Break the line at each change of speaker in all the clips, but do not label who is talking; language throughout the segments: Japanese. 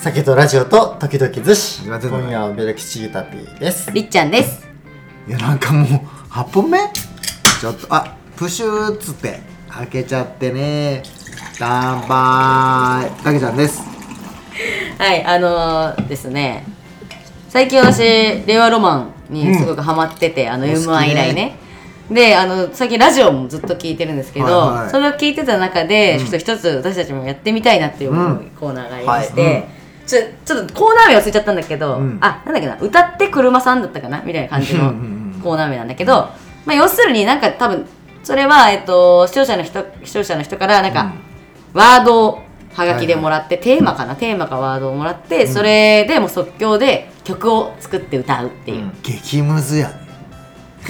酒とラジオと時々寿司
い
今
や全然
夜はベルキチユタピーです
りっちゃんです
いやなんかもう8本目ちょっとあプシューっつって開けちゃってね乾杯たけちゃんです
はいあのー、ですね最近私令和ロマンにすごくハマってて、あの
お好
m
きね
1以来ねであの最近ラジオもずっと聞いてるんですけど、
はいはい
それを聞いてた中で、ちょっと一つ私たちもやってみたいなっていう
うん
コーナーがありまして、
はいうん
ちょちょっとコーナー名忘れちゃったんだけど、
うん
あなんだっけな歌って車さんだったかなみたいな感じの
うんうんうん
コーナー名なんだけど、まあ、要するになんか多分それは、えっと、視聴者の人視聴者の人からなんか、ワードをはがきでもらって、テーマかなテーマかワードをもらって、それでもう即興で曲を作って歌うっていう、
激ムズやね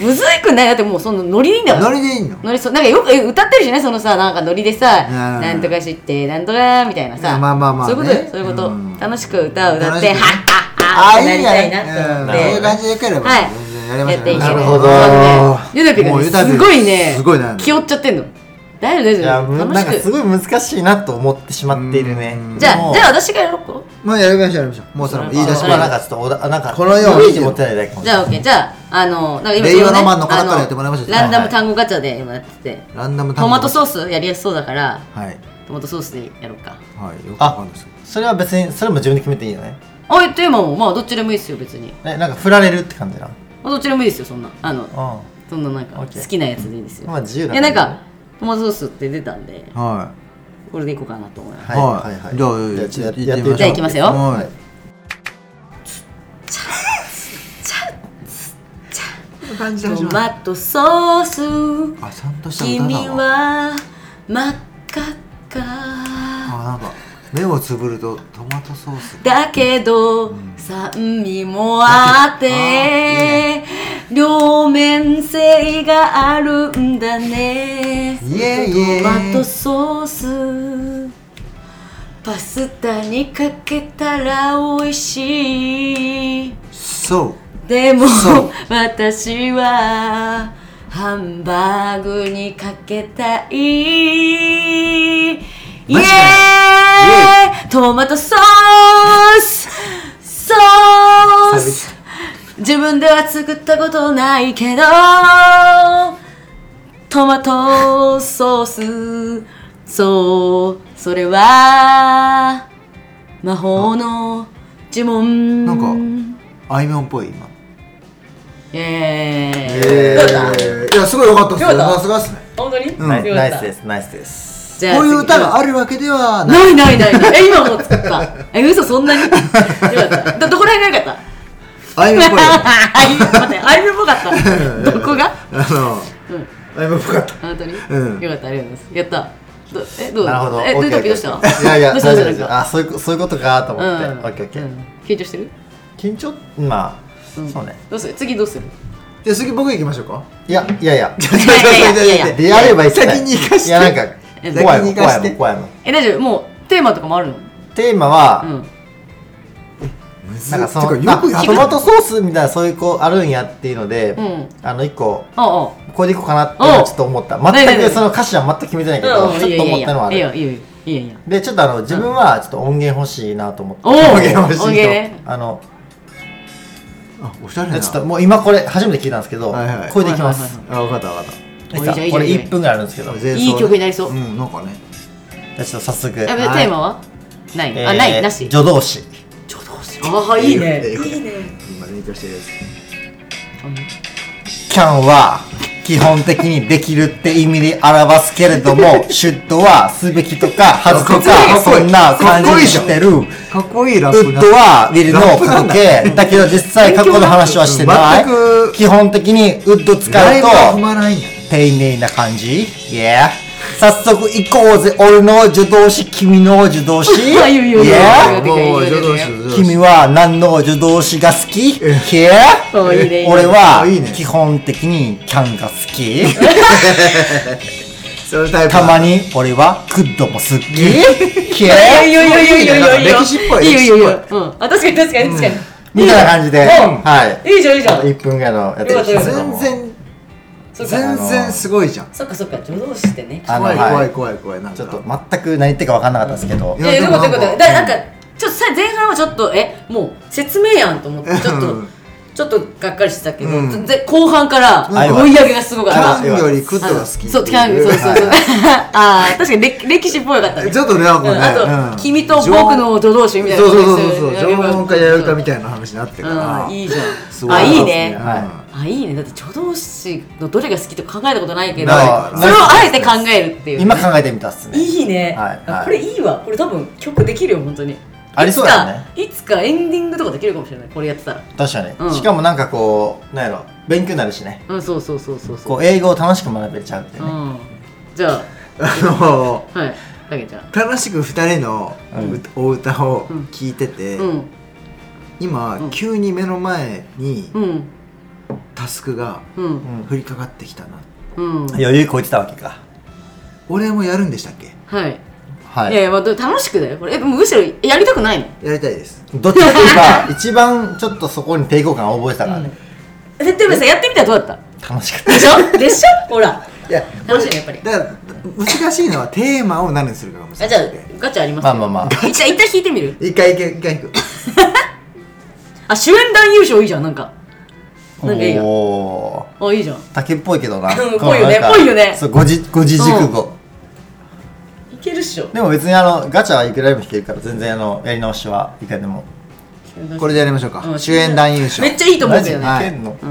むずいくないだってもうそのノリでいいんだもん
ノリでいいの
ノリそうなんかよくえ歌ってるしねそのさなんかノリでさ「
うん
なんとか知ってなんとか」みたいなさ
まあまあまあね
そういうことよそういうこと、
うん
楽しく歌を歌っ
楽しく
て「
ね
はっはっは」
あ
っ
い
て
い
な
ね
りたいなって思
うん
っ
そ
て
ういう感じでよければ
はい
全然やりまし
やっ
ょう
ていき
な
たい
る
ね
ほど
ゆでぴが
も
ね
うゆだぴ
すごいね
すごいね
気負っちゃってんの大丈夫大
い
丈
や
夫
む
楽
なん
し
か
く
すごい難しいなと思ってしまっているね
うん
じゃ
も
あ
う
じゃあ私がやろうか
もうやりましょうやりましょうもうそれも言い出し
あ
っ
まあなんかちょっとおだなんか
このように
イメージ持ってないだけかもし
じ
れな
ゃ
い
あ OK じゃああのなんか
令和
一応ね
ロマンの方からやってもらいましょ
あ
う
のランダム単語ガチャで今やってて
ランダム
トマトソ
ー
ースやりやすそうだから
スはい
トマトソースでやろうか
はいよくわかん
あ
ないですけど
それは別にそれも自分で決めていいよね
あえテーマもまあどっちでもいいですよ別に
えなんか振られるって感じなの
まあどっちでもいいですよそんなあの
うん
そんななんか好
OK
きなやつでいいですよ
まあ自由だ
い
か
や
ら
な
ね
んかトマトソースって出たんで
は
これでいこうかなと思います
い
はいはいはい
じゃあ
じゃあちょっとやってみましょう
じゃあいきますよ
はいこんな感じで
ト
始まる
マトソース
あちゃんとした
君
歌だわ
は真っ赤か
あなんか目をつぶるとトマトソース
だけど、酸味もあって
だけあ
両面性があるんだね
イエイイエイ
トマトソースパスタにかけたら美味しい
そ
でも
そう
私はハンバーグにかけたいイエー
マジか
イトマトソースソース自分では作ったことないけどトマトソースそうそれは魔法の呪文
なんかうあいみょんっぽい今
イエーイ
え
えーいやすごい良かったっすよ
よかった
さすがっすね
本当に、
ーナイナイスですナイスです
じ
こういう歌が
あ
あるわけではない
ないないないないえ今もう作ったえ嘘 そんなによかったどどこら辺がよかった
あいみょんっぽいよ
あい待ってあいみょんっぽかったどこが
あの
うん
あいみょんっぽかった
本当に、
うん
よかったありがとうございますやったどえどう
なるほど
えどういう時どうしたの
いやいや
ど
大
うした
丈
ど
夫
う
で
し
す
た
あそういうこそういうことかと思って
うん
オッケーオッケ
う
ー
ん緊張してる、
緊張ま
ん
あそうね
どうする次どうする
じゃあ次僕行きましょうか
いやいやいや
いやいやいやいや
でやればいい
先に行かして
いやなんか
え
怖いも
先
ん
に行か
怖
し
いも
て
ん怖いもん
え大丈夫もうテーマとかもあるの
テーマ
う
は
ん
なんかそ
て
の
かよくや
あ
った
トマトソースみたいなそういうこうあるんやっていうので
うん
あの一個
あ
これでいこうかなっていうのはちょっと思った
ねえ
全
ねえ
くその歌詞は全く決めてないけ
あ
ど
うん
ちょっと思
い
っ
い
たのはあ
いい
る
よいいよいいよいいよいいよ
でちょっとあの自分はちょっと音源欲しいなと思って
おー
音源欲し
音
い
源ね
とあの
あおしゃれ
ちょ
な
っともう今これ初めて聞いたんですけど
はいはい
これでいきま
はいはい
す
は
あ分かった分か
い
っ
い
いいじゃんい
ですか
いじゃ
こ
ん
れ
いいじゃん
1分ぐらいあるんですけど
た
じゃ
前奏
いい曲になりそう
うんなんかね
あちょっと早速
やべ
はい
テーマはない、
えー
あないなし
助動詞
ちょうどああいいね
いいね今勉強してるやつ
キャンは基本的にできるって意味で表すけれどもシュッとはすべきとかはずと
か
か
っこいい
そんな感じにしてる
かっこいいラ
ウ
ップに
ッ
なって
ド
る
はウィルの関係だけど実際過去の話はしてな
勉強なんだ
い基本的にウッド使
ライ
う
ブは踏
と
まないんや
丁寧な感じ Yeah 早速行こうぜ俺の助動詞君の助動詞
あいいよいいよいいよ
Yeah
もう助動詞助動詞
君は何の助動詞が好き ?Yeah
おいいねいいね
俺は
あいいね
基本的にキャンが好き
そのタイプ
たまに俺はクッドも好き
いやいやいやいやいやいやいやいやいやいやいやいやいやいやいやいや
キ
いやい
ャー
うんあ確かに確かに確かに、
みたいな感じで、
うん
はい
いいじゃんいいじゃん
1分ぐらいのやつで
よ
し
かった
けど
全
も
然
そっか
全然すごいじゃん
そっかそっか助動詞ってね
あの
怖い怖
はいい
怖い怖いなん
ちょ
か
っと全く何言ってるか分かんなかったですけど
いやよかったよかっただなんかちょっとさ前半はちょっとえもう説明やんと思ってちょっと
うん
ちょっとがっかりしてたけど、
うん
で後半から
あれは
追い上げがすごか
キ
った
ャ。ンよりクッドが好き
そう、キャン、そうそうそう。ああ、確かに歴歴史っぽいかったね。
ちょっとねなんか
うん
ね
あ
うん
と、君と僕の助動詞みたいな
そう
感
そ
じ
う
で。
そうそうそう縄文か弥生かみ
い
たいな話になってるか
な。
ら
うん、いいじゃ
す
ん。
ご
あ、
い
いいね。
は
あ、いいね。だって助動詞のどれが好きとか考えたことないけど、
ない
それをあえて考えるっていう。
今考えてみたっすね
いい
は
ね
い。はい
あこれいいわ。これ多分曲できるよ、本当に。
ありそうだよね
いつか。いつかエンディングとかできるかもしれない。これやってたら。
確かに、
うん
しかもなんかこうなんやろ勉強になるしね
うん、そうそうそうそうそ
こ
う。
う英語を楽しく学べちゃうっていう
う
ね、
ん。じゃ
あの
あ、はい。だけじゃん。
楽しく二人のうお歌を聞いてて、
うん。
今、
うん
急に目の前に
うん。
タスクが
うん。
降りかかってきたな、
うん。
余裕こいてたわけか
俺もやるんでしたっけ
はい。
はいい
やいや、まあ、でも楽しくだよ。これ、えむしろやりたくないの
やりたいです
どっちかといえば一番ちょっとそこに抵抗感を覚えてたからね、
えでもさ、やってみたらどうだった
楽しかった
でしょでしょほら。
いや
楽しいね、やっぱり。
だから難しいのはテーマを何にするかが難し
あ、
い
じゃあ、ガチャあります
ま
よ
あまあまあ
一旦、一旦引いてみる
一回一回一回行く
あ、主演男優賞いいじゃん、なんか。なんかいいよ。
おー
あ、いいじゃん。
竹っぽいけどな
うん ぽいよ
な
ね
んか
ぽいよね
そうごじごじ熟語、
いけるっしょ。
でも別にあのガチャはいくらでも引けるから全然あのやり直しはいくらでも
これでやりましょうか、
うん
主演男優賞
めっちゃいいと思う
マ
んだ
ジ
よ
で
ね。
いけんの、
うん。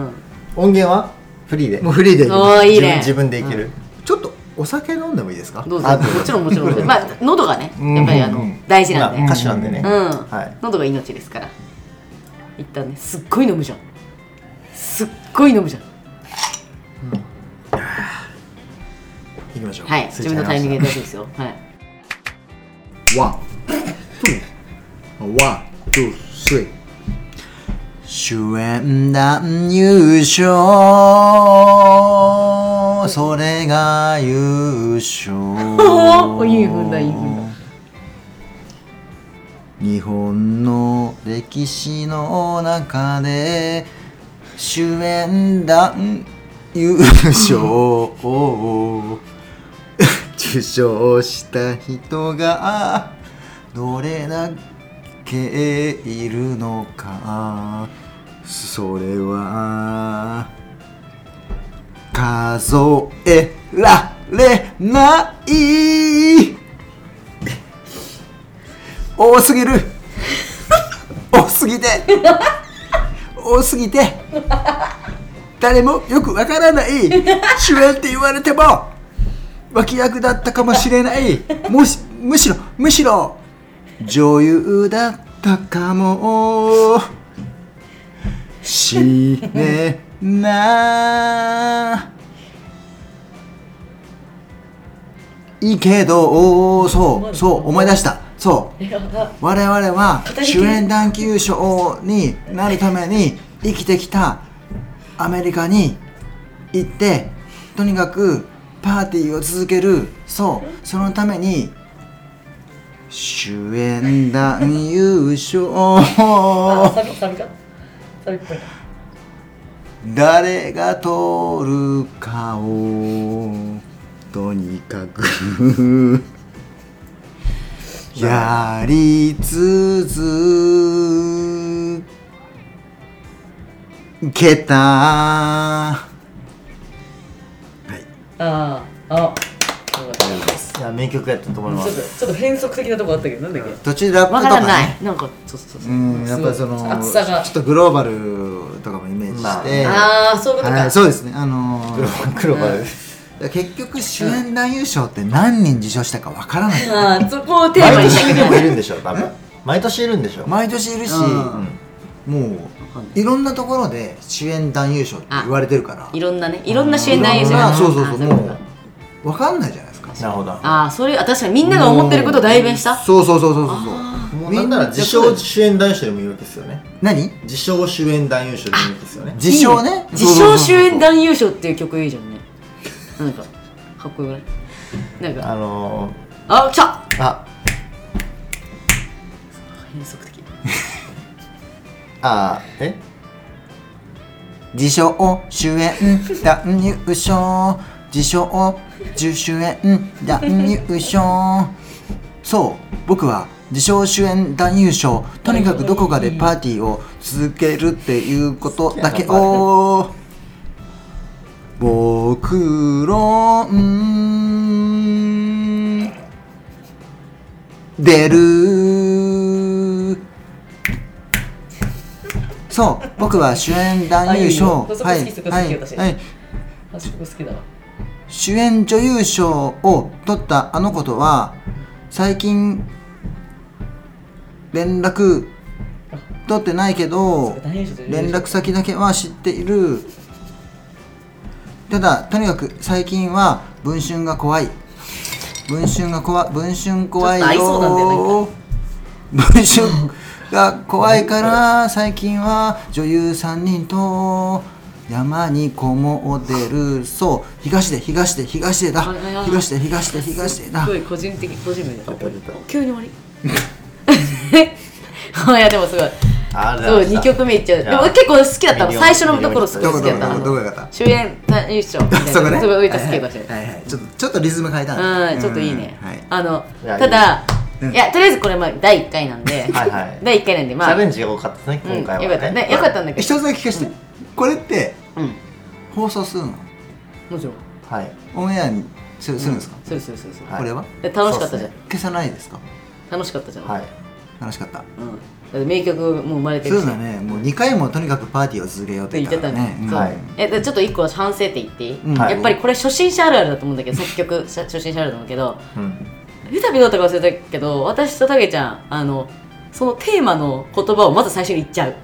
音源はフリーで
もうフリーでいき
お
ま
ーいいね
自分自分でいける、
すちょっとお酒飲んでもいいですか
どうぞ。
あ
もちろん、もちろんもちろん。まあ、喉がね、
うん
やっぱりあ
う
の
ん、
大事なんで。
まあ歌手なんでね、
うん、
はい
喉が命ですから一旦ねすっごい飲むじゃんすっごい飲むじゃん
行きましょう
はい
ス
自
イッチ
分のタイミングで
入り
大丈夫ですよはい
ましたワンツーワンツースリー主演男優賞それが優勝
おーいいふんだいいふんだ
日本の歴史の中で主演団優勝を受賞した人がどれだけいるのかそれは数えられない多すぎる 多すぎて多すぎて誰もよくわからない主演って言われても脇役だったかもしれないもしむしろむしろ女優だったかもしれないけどそうそう思い出したそう我々は主演男優賞になるために生きてきたアメリカに行ってとにかくパーティーを続けるそうそのために主演男優賞
サビサビかサビっぽい
誰が取るかをとにかく やり続けた
あああ
いや名曲やったと思いま
ちょっと
す
ちょっと変則的なとこあったけどなんだっけ
途中でラップ
わ
と
から
か
ない、
ね
なんかそうそうそうう、
んやっぱりその
すごい厚さが
ちょっとグローバルとかもイメージして、
ああそういうことか、
はい、そうですねあのー
黒バル
結局主演男優賞って何人受賞したかわからない
ああそこをテーマ
毎
にした
年
け
で
ど
もいるんでしょ多分毎年いるんでしょ
毎年いるし、もういろんなところで主演男優賞って言われてるから
いろんなねいろんな主演男優賞
いろんなそうそうそう
あーいこと
も
か
う分かんないじゃないですか
なるほどなるほ
ああそういうあ確かにみんなが思ってることを代弁した
そうそうそうそうそ
ど
うそ
も
う
うなんなら自称主演男優賞でもいいわけですよね
何
自称主演男優賞でもいいわけですよね
自称ね
自称主演
優
男優賞っていう曲いいじゃんねなんかかっこよくないなんか
あの
あ来た
ー、あ
変則的
あーえ
自称主演男優賞自称主演男優賞そう僕は自称主演男優賞とにかくどこかでパーティーを続けるっていうことだけを僕論出るそう僕は主演男優
あ
賞
いいよそこ
は
好
い
きそこ好き
はい
私
はい
あそこ好きだわ
主演女優賞を取ったあの子とは最近連絡取ってないけど
そうか男優賞と女優賞
連絡先だけは知っているただとにかく最近は文春が怖い文春が怖い文春怖いよ
ちょっと合いそうなんだよ
文春が怖いから最近は女優3人と山にこもってるそう東で東で東でだ
はいはいはい
東で東で東でだ
すごい個人的個人名だった
急に終わりいやでもすごい
あ
そう2曲目いっちゃうでも結構好きだったの
ミリオン
最初のところすごい好きだっ
どこ
た
どこどこどこだった
主演男優賞みたいな
そこね
すごい歌好きだし
はいはいちょっとちょっとリズム変えたの
うんちょっといいね、
うんはい
あの
いや
ただ
いいうん
いやとりあえずこれまあ第1回なんで
はいはい
第1回なんでまあ
チャレンジが多かったですね、今回は、
うん、よかったねよかったんだけ
一
ど
つだけ聞かせてこれって
うん
放送するの
もちろん
はい。
オンエアにするするんですか
そうそうそうそう、
はい
これは
で楽しかったじゃん、
消さないですか
楽しかったじゃん、
はい。
楽しかった
うん、だって名曲も生まれて
そ
るし
うだねもう2回もとにかくパーティーを続けようっ
ってて言っちゃった
ら
ね
ね。
そう
はい
えでちょっと一個反省って言っていい、
ん
はい
やっぱりこれ初心者あるあるだと思うんだけど作曲初初心者あるだと思うけど
うん。
インタビューどうだったか忘れたけど私とたけちゃんあのそのテーマの言葉をまず最初に言っちゃうね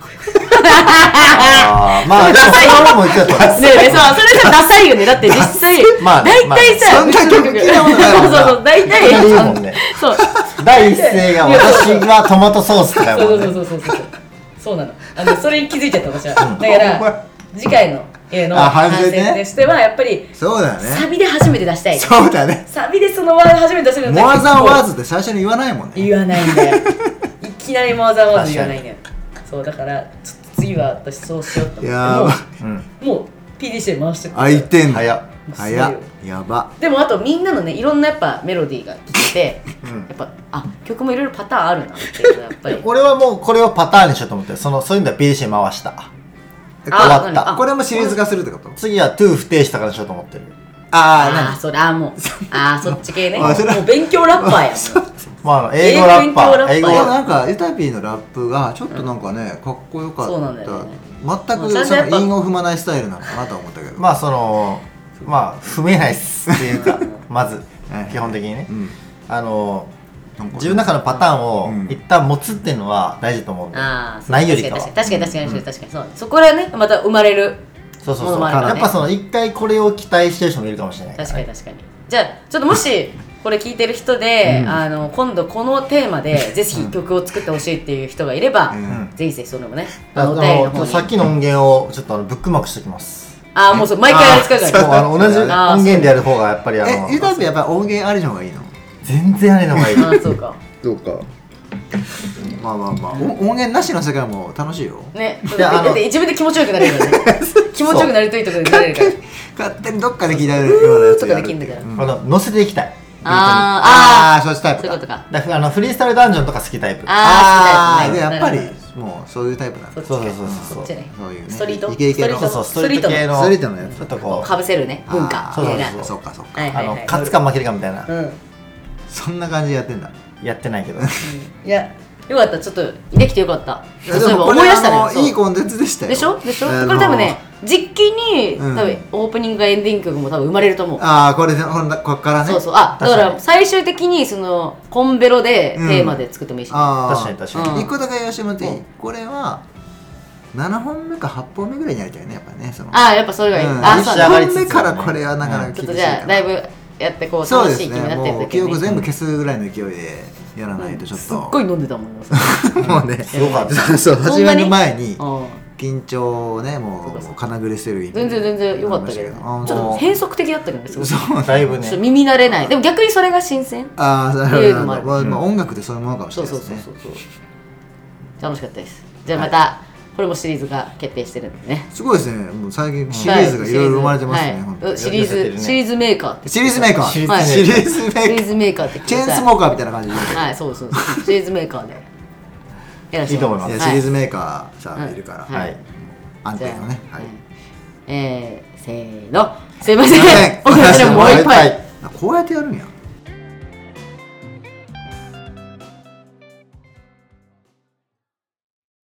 あーまあ、でも、そのままも言っちゃった。
えねえそうそれさダサいよねだって実際
まあね
大体さ、
まあねそんな曲
うちの
聞いたことないもん
そうそ
な
うそう大体
いいもんね
そう
第一声が私はトマトソースだ
そ
よ、
うそう
ね。
そうそうそうそうそうなのあのそれに気づいちゃった私はだから次回のえーの
あ
反
反省
省
ね
としてはやっぱり
そうだよ
サ
ね
ビで初めて出したい
そうだね
サビでそのワード初めて出せるの
モアザンワーズって最初に言わないもんね
言わないんだよいきなりモアザンワーズ言わないんだよそうだからちょっと次は私そうしようと思って
やば
うん。
もうもう PDC 回して
開いてんの
早っ
早
す
っやば
でもあとみんなのねいろんなやっぱメロディーが聞いて、
ん
やっぱあ曲もいろいろパターンあるなっていうのがやっぱり
俺はもうこれをパターンにしようと思って、その、そういうのは PDC 回した。
終
あ
わった
これもシリーズ化するってこと
次は TO 不定したからしようと思ってる。
ああー
あ
それあーもうああそっち系ねも
あそれ
う勉強ラッパーやもん
まああの、英語ラッパー。英
英
あ
語
語
ラ
何か
ッパー
なんかユタピーのラップがちょっとなんかねかっこよかった
そうなんだよね
全
もう
く
ちゃんと
そ
やっぱ
の韻を踏まないスタイルなのかなと思ったけど
まあ、その、まあ、踏めないっすっていうか、まず
はいはい、
基本的にね
う。ん
あの、
なんかね
自分の中のパターン
う
を
ん
一旦持つっていうのは大事だと思うんだよ
ああそう
ないよりかは
確かに確かに確かに確かにそうそこらねまた生まれる
そうそうそ
もの
う、
もあるから
や
ね
っぱその一回これを期待してる人もいるかもしれないから
確かに確かにじゃあちょっともしこれ聞いてる人で、あの今度このテーマでぜひ曲を作ってほしいっていう人がいれば、
うん
ぜひぜひそれもね
あ
あのお便りの
の
方に
さっきの音源をちょっとあのブックマークしておきます
ああもうそう毎回やり使うか
もう
ら
あの同じ音源でやる方がやっぱりあの
えユタピーやっぱ音源ありの方がいいの
全然あれの方がいい
ああそうか
どうかまあまあまあお音源なしの世界も楽しいよ
ね
いやあの
だって自分で気持ちよくなれ るからね気持ちよくなりたいところになれるから
勝手にどっかで聞いたようなやつ
と
や
か
る
できんだから、
あの載せていきたい
あーあ
あーそっちタイ
ー
プ
そういうこ
か
とか
だからあのフリースタイルダンジョンとか好きタイプ
あー
あー
好き
で
だよね
やっぱり
なるほ
もうそういうタイプなんだ
ど
そう
そっち
そうそ
か
う
そ
そう
っちね
そういうね
ストリート
イケイケの
ストリ
そ
ー
う
ト
そうストリート系の
ストリートのやつ
ちょっとこ
か
う
ぶせるね文化
あー
そうそう
みたい
そ
な
う
そっかそっか
はい
あ
はい
の
はい
勝つか負けるかみたいな
うん
そんな感じでやってんだ
やってないけど
いや
よかったちょっとできてよかった
い
そ
や
う
で
いえば
もこ
思
れ
い出したの
あ
よ
の
そう
いいコンテンツでしたよ
でしょでしょこ
あの
れ多分ね実機に多
うん
分オープニングがエンディング曲も多分生まれると思う
ああこれでほんだこっからね
そうそうあだ
確か
か
に
ら最終的にそのコンベロで
うん
テーマで作ってもいいしね
あ
確か
ー
に確かに、
うん
一個だけ言わせてもらっていい、これは7本目か8本目ぐらいになりたいねやっぱねその
ああやっぱそれがいい
うん、
あ
一
そう
緒
だ
だ
1本目からこれはなかなか
ちょっ
厳し
と
い
じゃあだいぶやってこう
そう
楽し
です
い気に
ね
なってる
もう
時
記憶
に
全部消すぐらいの勢いでやらないとちょっと、
すっごい飲んでたもん
もうね
すごかった
そうそう
そ
始
んな
め
に
る前に
うん
緊張をねもうもう金繰りしてる
全然全然良かったけど
あ
ね
の
ちょっと変則的だったけどねすごいちょ
そう
だいぶ
っと
ね
耳慣れないでも逆にそれが新鮮
ああな
ってい
る
うの
ほ
もあ
ど
る
まあまあ
うん
音楽ってそういうものかもし
そ
れ
う
ない
そう
です
そう
ね
そうそう楽しかったですじゃあまたこれもシリーズが決定してるんでね
すごいですねもう最近シリーズがいろいろ生まれてますね、
はい
本当に
シリー
やってる
ズ、
ね
シリーズメーカーって
シリーズメーカー
シ
シ
リ
リ
ーズメーカー
シリ
ーズメーカ
ーズメーカーって聞
ー
い
チ
てくだ
ェーン
さい
スモーカーみたいな感じで
はいそうそうそうシリーズメーカーでやらせてもら
い
い
い
や
と
シ
ま
リー
す
ズメーカーさんいるから、
は
は
い
い
安
じゃ
定
あ
のね、はい
えー、せーのすいませ
すいませ
ん
ん
お金もういっぱい
こうやってやるんや